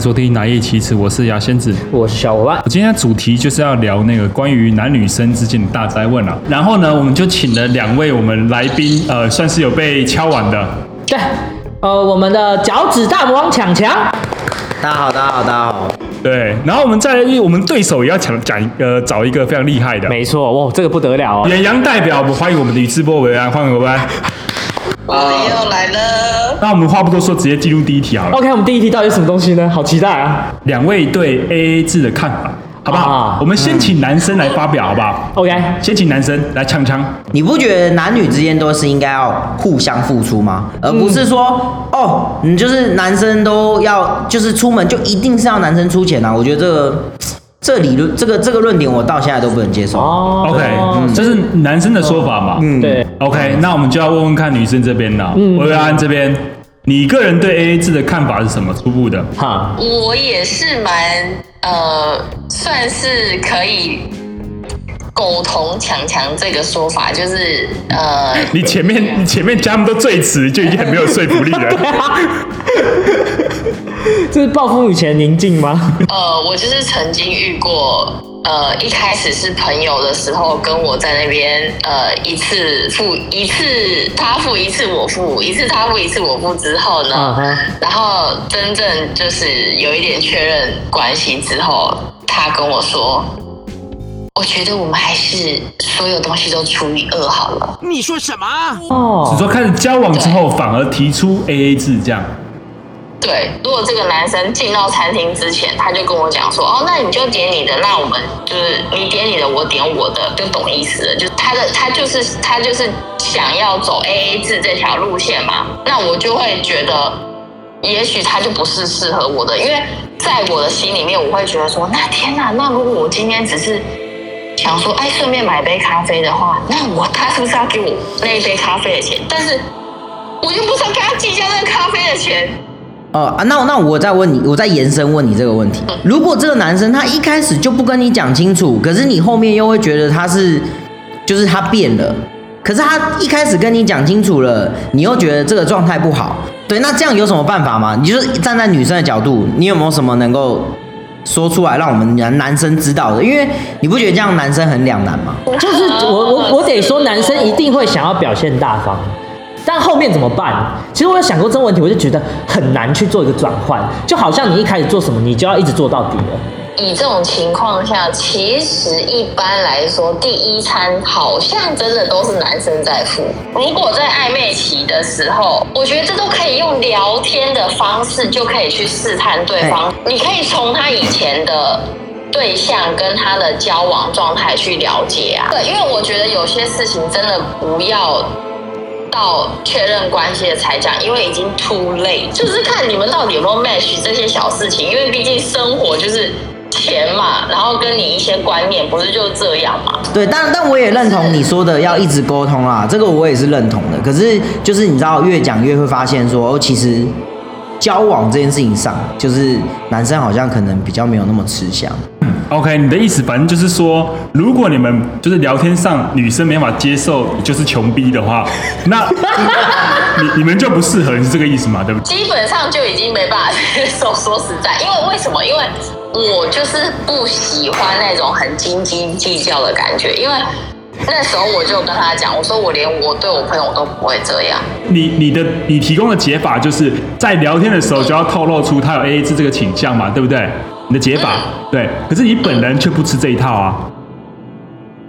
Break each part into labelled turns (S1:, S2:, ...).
S1: 收听《来夜启齿》，我是牙仙子。
S2: 我是小伙伴
S1: 我。今天的主题就是要聊那个关于男女生之间的大灾问啊。然后呢，我们就请了两位我们来宾，呃，算是有被敲完的。
S2: 对，呃，我们的脚趾大魔王强强，
S3: 大家好，大家好，大家好。
S1: 对，然后我们再我们对手也要讲讲一个找一个非常厉害的。
S2: 没错，哇，这个不得了哦。
S1: 远洋代表，我们欢迎我们的宇智波维安，欢迎维安。
S4: 我们又来了，
S1: 那我们话不多说，直接进入第一题好了。
S2: OK，我们第一题到底是什么东西呢？好期待啊
S1: 两位对 AA 制的看法，好不好？
S2: 啊
S1: 我们先请男生来发表，好不好？
S2: ！OK，
S1: 先请男生来呛呛。
S3: 你不觉得男女之间都是应该要互相付出吗？而不是说、
S2: 嗯
S3: 哦，你就是男生都要，就是出门就一定是要男生出钱啊？我觉得这个这理论，这个这个论点，我到现在都不能接受。
S2: 哦
S1: OK，、这是男生的说法嘛？嗯
S2: 对
S1: OK，那我们就要问问看女生这边了。维安这边，你个人对 AA 制的看法是什么？初步的。
S2: 哈，
S4: 我也是蛮呃，算是可以苟同强强这个说法，就是呃，
S1: 你前面你前面加那么多最词，就已经很没有说服力 了。
S2: 这是暴风雨前宁静吗？
S4: 呃，我就是曾经遇过，呃，一开始是朋友的时候，跟我在那边，呃，一次付一次他付一次我付一次他付一次我付之后呢
S2: 嗯哼
S4: 然后真正就是有一点确认关系之后，他跟我说，我觉得我们还是所有东西都除以二好了。
S1: 只
S2: 哦，
S1: 说开始交往之后，反而提出 AA 制这样。
S4: 对，如果这个男生进到餐厅之前，他就跟我讲说，哦，那你就点你的，那我们就是你点你的，我点我的，就懂意思了。就是他的，他就是他就是想要走 A A 制这条路线嘛，那我就会觉得，也许他就不是适合我的，因为在我的心里面，我会觉得说，那天呐、那如果我今天只是。想说，哎，顺便买杯咖啡的话，那我他是不是要给我那一杯咖啡的钱？但是我又不是要跟他计较那个咖啡的钱，
S3: 哦啊，那那我再问你，我再延伸问你这个问题：如果这个男生他一开始就不跟你讲清楚，可是你后面又会觉得他是，就是他变了，可是他一开始跟你讲清楚了，你又觉得这个状态不好，对，那这样有什么办法吗？你就是站在女生的角度，你有没有什么能够说出来，让我们男男生知道的？因为你不觉得这样男生很两难吗？
S2: 就是我我我得说，男生一定会想要表现大方，但后面怎么办？其实我有想过这个问题，我就觉得很难去做一个转换，就好像你一开始做什么，你就要一直做到底了。
S4: 以这种情况下，其实一般来说，第一餐好像真的都是男生在付。如果在暧昧期的时候，我觉得这都可以用聊天的方式就可以去试探对方。哎你可以从他以前的。对象跟他的交往状态去了解啊，对，因为我觉得有些事情真的不要到确认关系的才讲，因为已经 too late，就是看你们到底有没有 match 这些小事情，因为毕竟生活就是 钱嘛，然后跟你一些观念不是就这样嘛。
S3: 对，但但我也认同你说的要一直沟通啊啦，这个我也是认同的。可是就是你知道，越讲越会发现说，哦，其实交往这件事情上，就是男生好像可能比较没有那么吃香。
S1: OK，你的意思反正就是说，如果你们就是聊天上女生没办法接受你就是穷逼的话，那 你你们就不适合，你是这个意思嘛？对不对？
S4: 基本上就已经没办法接受。说实在，因为为什么？因为我就是不喜欢那种很斤斤计较的感觉，因为。那时候我就跟他讲，我说我连我对我朋友都不会这样，
S1: 你你的你提供的解法就是在聊天的时候就要透露出他有 AA 制这个倾向嘛，对不对？你的解法对，可是你本人却不吃这一套啊，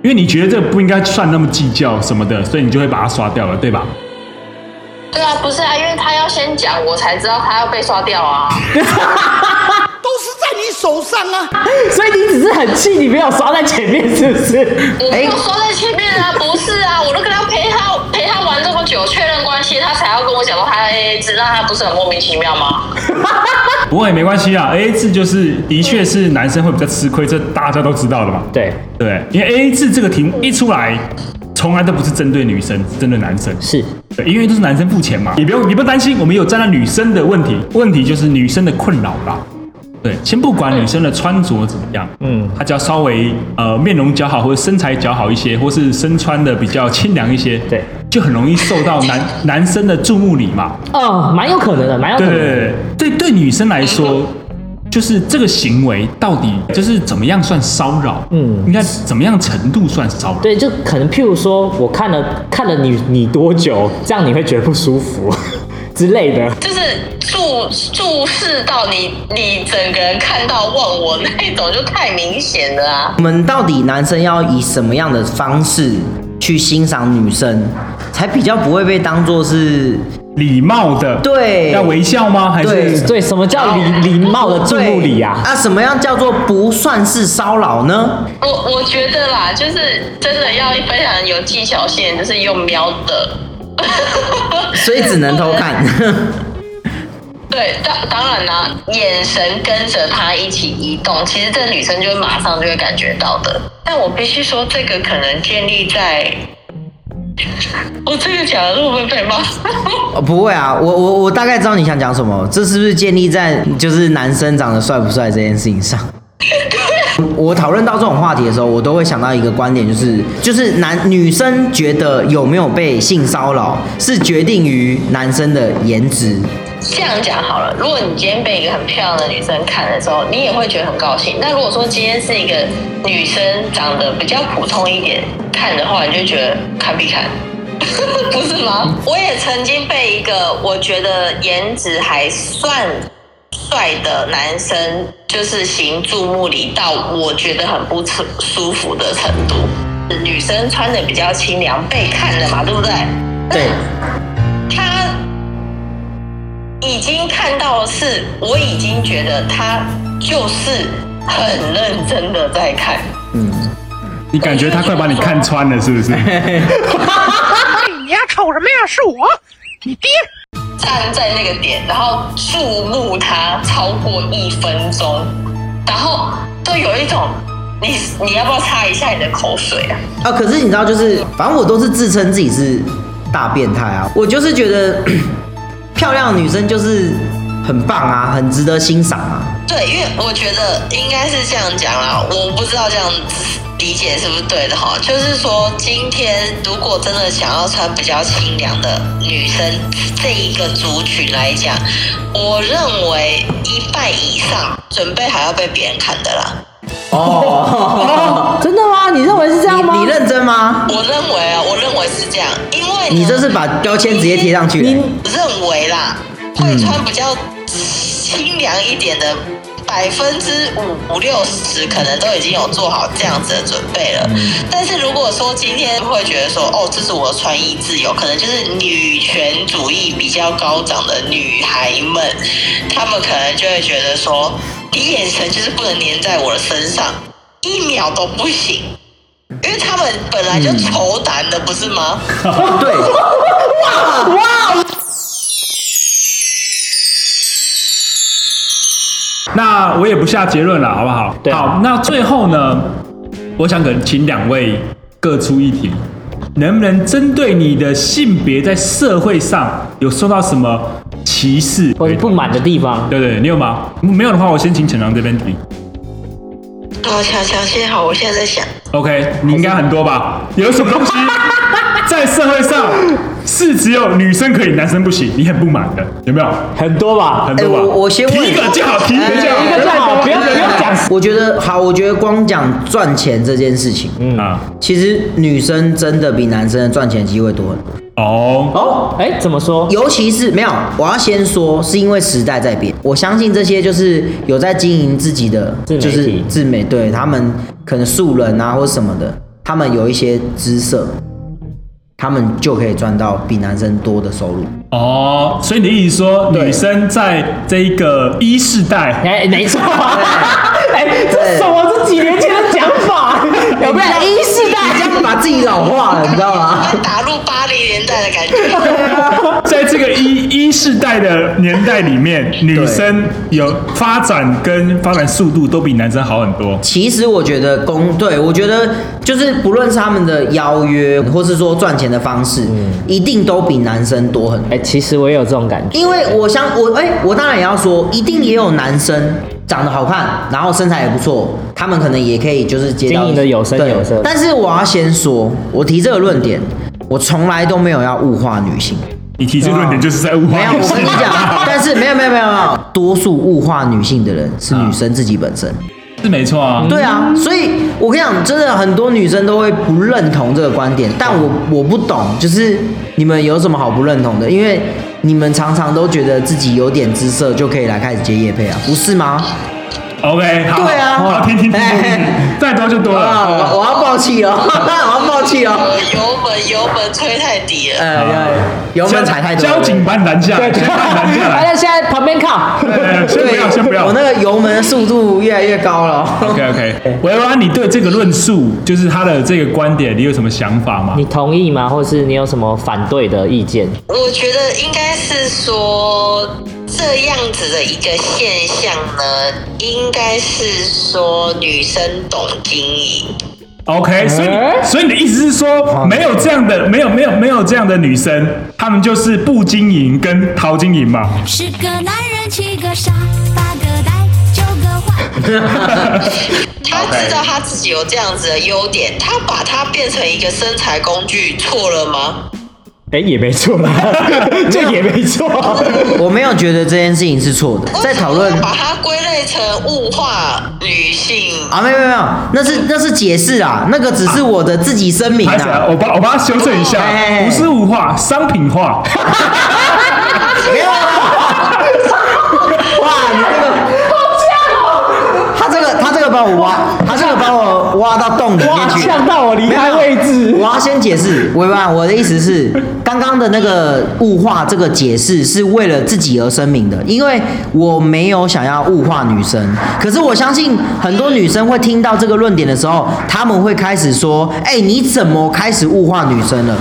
S1: 因为你觉得这不应该算那么计较什么的，所以你就会把它刷掉了，对吧？
S4: 对啊，不是啊，因为他要先讲，我才知道他要被刷掉啊。
S5: 都是在你手上啊！
S2: 所以你只是很气，你没有刷在前面，是不是？
S4: 我
S3: 哎
S4: 没有嗯说在前面啊，不 是啊，我都跟他陪他陪他玩这么久，确认关系，他才要跟我讲说他 AA 制，那他不是很莫名其妙吗？
S1: 不过也没关系啊，AA 制就是的确是男生会比较吃亏，这大家都知道的嘛。
S2: 对，
S1: 对，因为 AA 制这个题目一出来，从来都不是针对女生，是针对男生。
S2: 是
S1: 对，因为都是男生付钱嘛，你不用你不用担心，我们有站在女生的问题，问题就是女生的困扰啦。对，先不管女生的穿着怎么样，嗯
S2: 嗯，
S1: 她只要稍微呃面容姣好，或者身材姣好一些，或是身穿的比较清凉一些，
S2: 对，
S1: 就很容易受到男男生的注目礼嘛。
S2: 哦，蛮有可能的，蛮有可
S1: 对
S2: 能
S1: 对
S2: 的。
S1: 对对对，对女生来说，就是这个行为到底就是怎么样算骚扰？
S2: 嗯
S1: 应该怎么样程度算骚扰？
S2: 对，就可能譬如说，我看了看了你你多久，这样你会觉得不舒服 之类的。
S4: 就是注注视到你，你整个人看到忘我那一种，就太明显了啊！
S3: 我们到底男生要以什么样的方式去欣赏女生，才比较不会被当做是
S1: 礼貌的，
S3: 对
S1: 要微笑吗？还
S3: 对
S1: 是
S2: 对，什么叫礼礼 貌的注目礼啊？
S3: 那什么样叫做不算是骚扰呢？
S4: 我我觉得啦，就是真的要非常有技巧性，就是用瞄的。
S3: 所以只能偷看。
S4: 对，当当然啦、眼神跟着他一起移动，其实这女生就会马上就会感觉到的。但我必须说，这个可能建立在，我这个讲的会不会被骂？
S3: 哦不会啊，我我我大概知道你想讲什么。这是不是建立在就是男生长得帅不帅这件事情上？ 我讨论到这种话题的时候，我都会想到一个观点，就是就是男女生觉得有没有被性骚扰，是决定于男生的颜值。
S4: 这样讲好了，如果你今天被一个很漂亮的女生看的时候，你也会觉得很高兴。但如果说今天是一个女生长得比较普通一点看的话，你就觉得看必看，不是吗？我也曾经被一个我觉得颜值还算帅的男生，就是行注目礼到我觉得很不舒舒服的程度。女生穿的比较清凉，被看了嘛，对不对？
S3: 对，
S4: 他已经看到的是，我已经觉得他就是很认真的在看。
S1: 你感觉他快把你看穿了，是不 是？
S5: 你呀，瞅什么呀？是我，你爹。
S4: 站在那个点，然后注目他超过一分钟，然后就有一种你你要不要擦一下你的口水啊？
S3: 啊，可是你知道，就是反正我都是自称自己是大变态啊，我就是觉得 漂亮的女生就是很棒啊，很值得欣赏啊。
S4: 对，因为我觉得应该是这样讲啦，我不知道这样理解是不是对的哈。就是说，今天如果真的想要穿比较清凉的女生这一个族群来讲，我认为一半以上准备还要被别人看的啦。
S3: 哦，
S2: 真的吗？你认为是这样吗？
S3: 你你认真吗？
S4: 我认为啊，我认为是这样，因为呢
S3: 你这是把标签直接贴上去。哎
S4: 认为啦，会穿比较清凉一点的，百分之五五六十可能都已经有做好这样子的准备了。但是如果说今天会觉得说，哦，这是我的穿衣自由，可能就是女权主义比较高涨的女孩们，她们可能就会觉得说，你眼神就是不能粘在我的身上，一秒都不行。因为她们本来就仇男的，不是吗？
S3: 对，哎
S1: 那我也不下结论了，好不好？
S2: 对啊
S1: 好，那最后呢，我想可请两位各出一题，能不能针对你的性别在社会上有受到什么歧视？
S2: 或者不满的地方，
S1: 对对，你有吗？没有的话，我先请陈阳这边提。
S4: 哦，强强，幸好我现在在想。
S1: OK，你应该很多吧？有什么 东西在社会上是只有女生可以，男生不行？你很不满的，有没有？
S2: 很多吧
S1: 很？
S3: 哎、
S1: 多吧？
S3: 我我先问
S1: 提一个就好，提一个就好，
S2: 哎一个就好不要不要讲
S3: 我觉得好，哎我觉得光讲赚钱这件事情，
S1: 嗯啊，
S3: 其实女生真的比男生的赚钱机会多很多。
S1: 哦，
S2: 哦，哎，怎么说？
S3: 尤其是没有，我要先说，是因为时代在变。我相信这些就是有在经营自己的，
S2: 自媒体
S3: 就是自媒，对他们可能素人啊或什么的，他们有一些姿色，他们就可以赚到比男生多的收入。
S1: 哦，所以你的意思说，
S3: 对
S1: 女生在这一个一世代，
S2: 哎，没错。哎，这是什么？这几年前的讲法，有没有？一世
S3: 大
S2: 代
S3: 家把自己老化 了，你知道 吗？
S4: 打入八零年代的 感觉。
S1: 在这个一一世代的年代里面，女生有发展跟发展速度都比男生好很多。
S3: 其实我觉得公对我觉得就是不论是他们的邀约，或是说赚钱的方式，
S2: 嗯
S3: 一定都比男生多很多。
S2: 哎，其实我也有这种感 觉。
S3: 因为我想我哎、我当然也要说，一定也有男生长得好看，然后身材也不错，他们可能也可以就是接到
S2: 经营得有声
S3: 对
S2: 有色
S3: 但是我要先说，我提这个论点，我从来都没有要物化女性，
S1: 你提这论点就是在物化
S3: 啊没有，
S1: 女
S3: 我
S1: 性
S3: 跟你 讲，但是没有没有没有没有，多数物化女性的人是女生自己本身。
S1: 是没错啊。
S3: 对啊，所以我跟你讲，真的很多女生都会不认同这个观点，但我我不懂，就是你们有什么好不认同的？因为你们常常都觉得自己有点姿色就可以来开始接夜配啊，不是吗？
S1: OK，好，
S3: 对啊
S1: 好，听听听听听
S3: 哎，
S1: 再多就多
S3: 啊，
S1: 了。
S3: 我我要爆气哦， 我要爆气
S1: 啊
S3: 哦，
S4: 呃，油门油门吹太低了。
S3: 呃，油门踩太多了，
S1: 交警把你拦下来，先把你拦下
S2: 大
S1: 来
S2: 家现在旁边靠，
S1: 哎，先不
S3: 对
S1: 要，先不要
S3: 我。那个油门速度越来越高了哦。
S1: OK OK，维罗安，啊你对这个论述，就是他的这个观点，你有什么想法吗
S2: 你？同意吗？或是你有什么反对的意见？
S4: 我觉得应该是说这样子的一个现象呢，应该是说女生懂经营，
S1: OK，所以
S2: 哎
S1: 所以你的意思是说，没有这样的，没有没有没有这样的女生，她们就是不经营跟淘金营嘛？
S6: 十个男人七个傻，八个呆，九个坏。
S4: 她知道她自己有这样子的优点，她把它变成一个身材工具，错了吗？
S2: 哎、也没错啦，这也没错。
S3: 我没有觉得这件事情哦是错的，在讨论
S4: 为什么要把它归类成物化女性。
S3: 啊，没有没有没有，那是那是解释啊，那个只是我的自己声明
S1: 还是
S3: 啊，
S1: 我帮我帮她修正一下，
S3: 哎
S1: 不是物化，商品化。
S3: 没 有啊。哇，你这个好呛哦！他这个他这个把我挖，他这个把我挖到洞里面去。
S2: 到我离
S3: 开位置我要先解释，维曼，我的意思是，刚刚的那个物化这个解释是为了自己而声明的，因为我没有想要物化女生。可是我相信很多女生会听到这个论点的时候，她们会开始说：“哎、你怎么开始物化女生了？”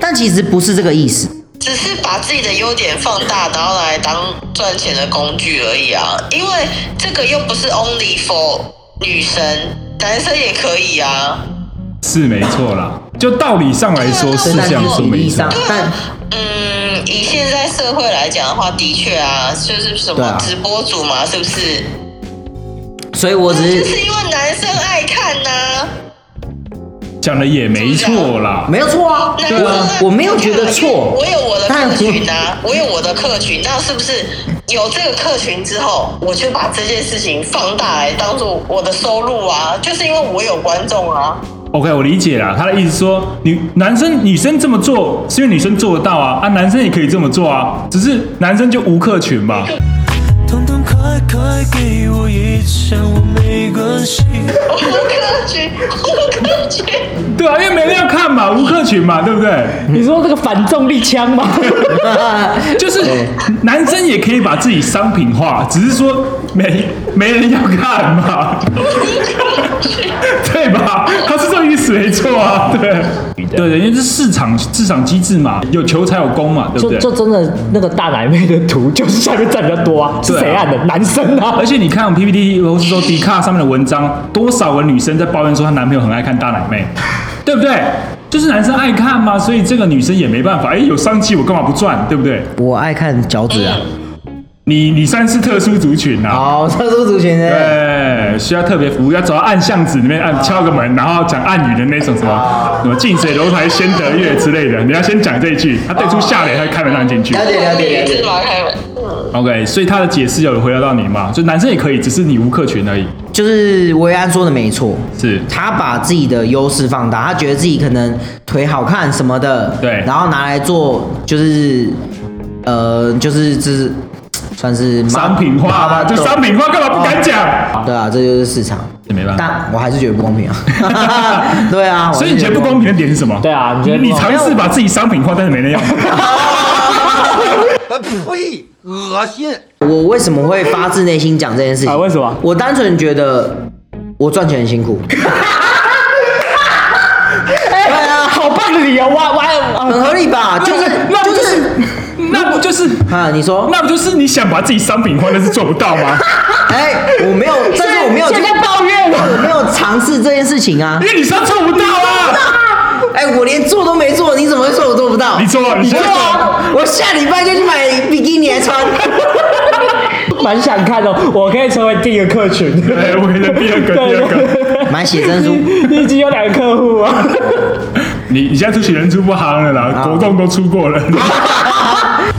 S3: 但其实不是这个意思。
S4: 只是把自己的优点放大，然后来当赚钱的工具而已啊。因为这个又不是 only for 女生，男生也可以啊。
S1: 是没错啦，就道理上来说是这样说
S3: 比
S1: 没
S3: 例
S1: 错
S4: 啊
S3: 上。，但
S4: 嗯，以现在社会来讲的话，的确啊，就是什
S3: 对
S4: 么
S3: 啊
S4: 直播主嘛，是不是？
S3: 所以我只
S4: 就是是因为男生爱看呐、
S1: 讲的也没错啦。
S3: 没有错啊，
S4: 男生爱看啊
S3: 我我没有觉得
S4: 因为
S3: 错。
S4: 我有我的
S3: 但
S4: 客群啊，我有我的客群，那是不是有这个客群之后，我就把这件事情放大来当做我的收入啊？就是因为我有观众啊。
S1: OK，我理解啦，他的意思说，女男生女生这么做是因为女生做得到啊，啊，男生也可以这么做啊，只是男生就无客群嘛。
S7: 痛痛快快给我一枪，我没关系。
S4: 无科学，无科学，
S1: 对啊，因为没人要看嘛，无客群嘛，对不对？
S2: 你说这个反重力枪吗？嗯
S1: 就是
S2: 哦
S1: 男生也可以把自己商品化，只是说没没人要看嘛，对吧？他是这个意思没错啊，对，对对，因为这市场市场机制嘛，有求才有供嘛，对不
S2: 就
S1: 对？
S2: 就真的那个大奶妹的图，就是下面站比较多啊，是
S1: 对啊
S2: 谁按的？男生啊
S1: 而。且你看我们 PPT 或是说 d 卡上面的文章，多少个女生在抱怨说她男朋友很爱看大奶妹，对不对？就是男生爱看嘛，所以这个女生也没办法。哎，有商机我干嘛不赚，对不对？
S3: 我爱看脚趾啊，
S1: 你你算是特殊族群啊，
S3: 好，特殊族群的，
S1: 对，需要特别服务，要走到暗巷子里面按敲个门，然后讲暗语的那种什
S3: 哦
S1: 么什么近水楼台先得月之类的，你要先讲这一句，他对出下联，他开门让你进去。
S3: 了解了解了
S4: 芝
S3: 解。
S4: 麻开门。
S1: OK，所以他的解释有回答到你嘛？就男生也可以，只是你无客群而已。
S3: 就是维安说的没错，
S1: 是
S3: 他把自己的优势放大，他觉得自己可能腿好看什么的，
S1: 对
S3: 然后拿来做就是呃就是这是算是
S1: 商品化
S3: 哦
S1: 嘛，就商品化干嘛不敢讲？
S3: 对啊，这就是市场，
S1: 这没办法
S3: 但我还是觉得不 公平啊，对啊，我还是
S1: 所以你觉得不公平的点是什么？
S2: 对啊你觉得不
S1: 你
S2: 公平
S1: 尝试把自己商品化，但是没人要买。
S5: 哎呸，恶心！
S3: 我为什么会发自内心讲这件事情？
S2: 啊为什么
S3: 我单纯觉得我赚钱很 辛苦，
S2: 哎呀，好棒的理由，哇哇！啊
S3: 啊很合理吧？就是
S1: 那不
S3: 就是
S1: 那不就是
S3: 啊，你说
S1: 那不就是你想把自己商品化，但是做不到吗？
S3: 哎、我没有，但是我没有去
S2: 现在抱怨了。
S3: 我没有尝试这件事情啊
S1: 因。为你说做不到啊！
S3: 哎、我连做都没做，你怎么会说我做不到？
S1: 你做了，你
S3: 对
S1: 做了。
S3: 啊，我下礼拜就去买比基尼来 穿。
S2: 蛮想看的，我可以成为第一个客群。
S1: 对，我给你第二个，第二个。
S3: 买写真书，
S2: 你已经有两个客户啊，
S1: 啊你你现在出许人出不行了啦，国栋都出过了。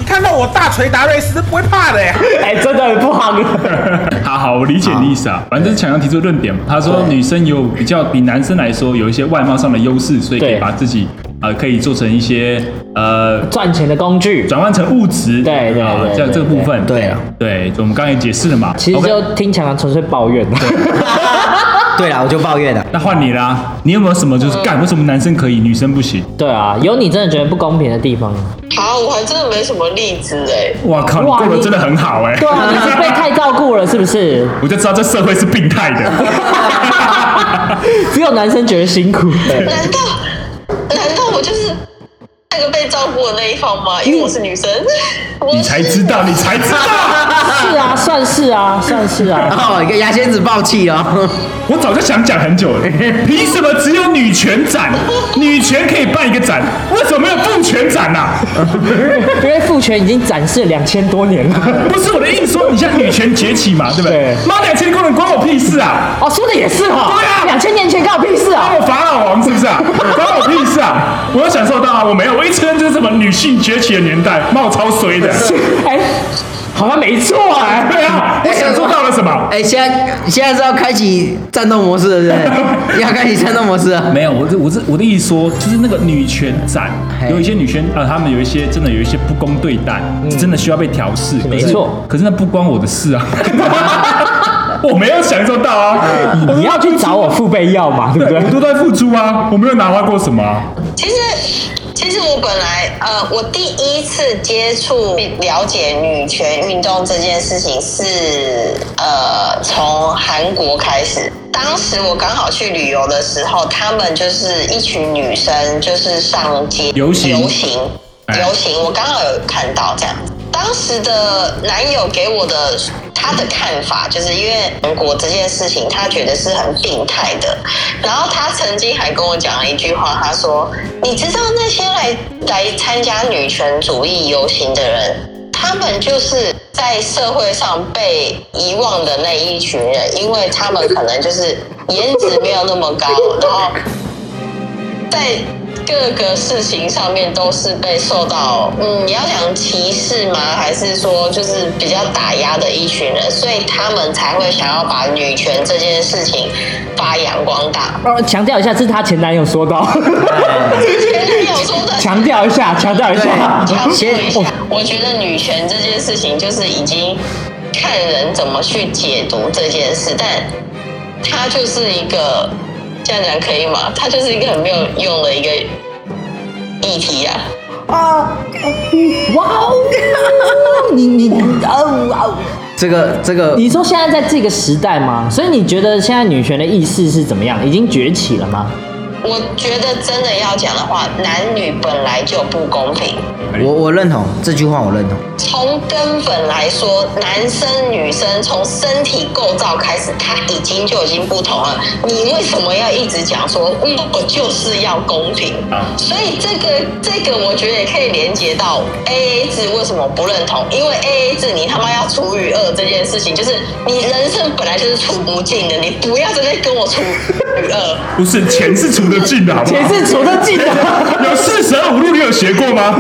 S8: 看到我大锤达瑞斯不会怕的呀。
S2: 哎、真的很不好。
S1: 好好，我理解你意思啊。反正就是强强提出论点嘛，他说女生有比较比男生来说有一些外貌上的优势，所以可以
S2: 对
S1: 把自己呃可以做成一些呃
S2: 赚钱的工具，
S1: 转换成物质，
S2: 对对
S1: 啊
S2: 对
S1: 这
S2: 对
S1: 这个部分，
S3: 对啊
S1: 对，我们刚才也解释了嘛。
S2: 其实
S1: OK，
S2: 就听强强纯粹抱怨。
S3: 对啦，我就抱 怨了。
S1: 那换你啦，你有没有什么就是
S2: 嗯
S1: 干为什么男生可以，女生不行？
S2: 对啊，有你真的觉得不公平的地方吗？
S4: 好，我还真的没什么例子哎、
S1: 哇靠，你
S2: 哇
S1: 过得
S2: 你
S1: 真的很好哎、
S2: 对啊，你是被太照顾了，是不是？
S1: 我就知道这社会是病态 的。
S2: 只有男生觉得辛苦。
S4: 难道难道我就是那个被照顾的那一方吗？因为我是女生， 我
S1: 你才知道，你才知道，
S2: 是啊，算是啊，算是啊。
S3: 哦，一个牙仙子爆气 哦，
S1: 我早就想讲很久 了。凭什么只有女权展？女权可以办一个展，为什么没有父权展呢、 啊？
S2: 因为父权已经展示两千多年了。
S1: 不是我的意思说你像女权崛起嘛，对不对
S2: 对？
S1: 妈两千功能关我屁事啊！
S2: 哦，说的也是哈、
S1: 对啊
S2: 两千年前关我屁事啊
S1: 关！我法老王是不 是啊？关我屁事啊！我有享受到啊，我没有，我一承认这是什么女性崛起的年代，妈我超衰的。
S2: 哎、 好像没错哎、
S1: 对啊，我享受到了什么？
S3: 哎、现在现在是要开启战斗模式了，对不 对？要开启战斗模式 了。
S1: 没有，我是我是我的意思说，就是那个女权展，
S3: 嘿
S1: 有一些女权啊，她们有一些真的有一些不公对待，是真的需要被调试。可是
S2: 没错
S1: 可是那不关我的事啊，我没有享受到啊，
S2: 你要去找我父辈要 嘛，对不
S1: 对，
S2: 嗯对
S1: 我？都在付出啊，我没有拿花过什么啊。
S4: 其实，其实我本来呃，我第一次接触了解女权运动这件事情是呃，从韩国开始。当时我刚好去旅游的时候，他们就是一群女生，就是上街
S1: 游行
S4: 游行，
S1: 哎
S4: 游行，我刚好有看到这样。当时的男友给我的他的看法，就是因为韩国这件事情，他觉得是很病态的。然后他曾经还跟我讲了一句话，他说：“你知道那些来来参加女权主义游行的人，他们就是在社会上被遗忘的那一群人，因为他们可能就是颜值没有那么高，然后在各个事情上面都是被受到，嗯，你要讲歧视吗？还是说就是比较打压的一群人，所以他们才会想要把女权这件事情发扬光 大。
S2: 呃强调一下，这是她前男友说的哦，
S4: 前男友说的
S2: 强调一下，强调一下。哦
S4: 强迫一
S3: 先
S4: 下，我觉得女权这件事情就是已经看人怎么去解读这件事，但它就是一个这样讲可以吗？它就是一个很没有用的一个议题啊。
S2: 哇 哦，你你啊哇哦！
S3: 这个这个
S2: 你说现在在这个时代吗？所以你觉得现在女权的意识是怎么样？已经崛起了吗？
S4: 我觉得真的要讲的话，男女本来就不公平。
S3: 我我认同这句话，我认同。
S4: 从根本来说，男生女生从身体构造开始，它已经就已经不同了。你为什么要一直讲说，嗯，我就是要公平？
S1: 啊
S4: 所以这个这个，我觉得也可以连接到 AA 制为什么不认同？因为 AA 制你他妈要除以二这件事情，就是你人生本来就是除不尽的，你不要在那边跟我除以二。
S1: 不是钱是除得尽的，好不
S2: 也
S1: 好？
S2: 是除得进的。
S1: 有四舍五入，你有学过吗？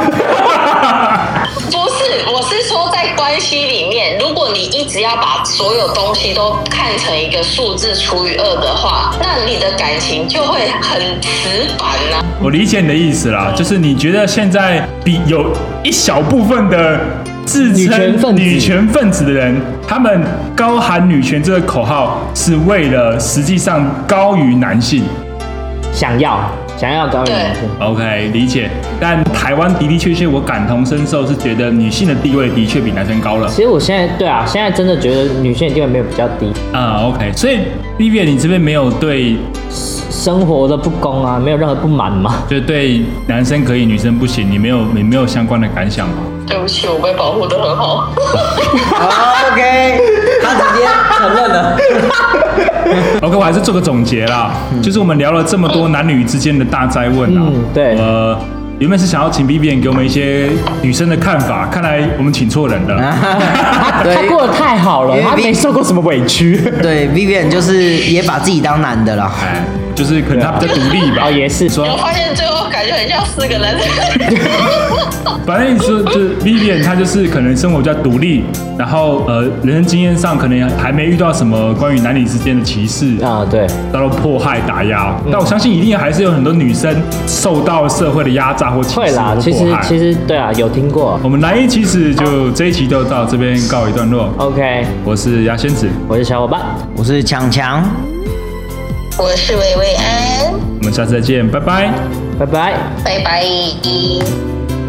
S4: 不是，我是说在关系里面，如果你一直要把所有东西都看成一个数字除以二的话，那你的感情就会很死板啊呐、
S1: 我理解你的意思啦，就是你觉得现在比有一小部分的自
S2: 女权
S1: 称
S2: 分子
S1: 女权分子的人，他们高喊女权这个口号，是为了实际上高于男性。
S2: 想要想要高于男生，
S1: OK，理解。但台湾的的确确，我感同身受，是觉得女性的地位的确比男生高了。
S2: 其实我现在对啊，现在真的觉得女性的地位没有比较低，
S1: 啊、o k 所以 Vivian，你这边没有对，
S2: 生活的不公啊，没有任何不满嘛。
S1: 就对男生可以，女生不行，你没有，你没有相关的感想吗？
S4: 对不起，我被保护的很好。
S3: 哦 OK，他直接承认了。
S1: OK，我还是做个总结啦，就是我们聊了这么多男女之间的大灾问啊，
S2: 嗯对
S1: 呃，原本是想要请 B B 给我们一些女生的看法，看来我们请错人
S2: 啊
S1: 了。
S2: 她
S3: 对
S2: 过得太好了，
S3: 因为
S2: 她没受过什么委屈。
S3: 对，Vivian 就是也把自己当男的了。
S1: 哎，就是可能他比较独立吧。
S2: 哦，也是
S1: 说
S4: 我发现最后感觉很像四个人。
S1: 反正就是就是 Vivian，她就是可能生活比较独立，然后呃，人生经验上可能还没遇到什么关于男女之间的歧视，
S2: 啊，嗯对，
S1: 遭到迫害、打压。但我相信一定还是有很多女生受到社会的压榨或歧
S2: 会
S1: 视
S2: 啦
S1: 或。
S2: 其
S1: 迫
S2: 实
S1: 害。
S2: 其实对啊，有听过。
S1: 我们男一其实就这一期就到这边告一段落。
S2: OK，
S1: 我是牙仙子，
S2: 我是小伙伴，
S3: 我是强强。
S4: 我是薇薇安，
S1: 我们下次再见，拜拜。
S2: 拜拜。
S4: 拜拜。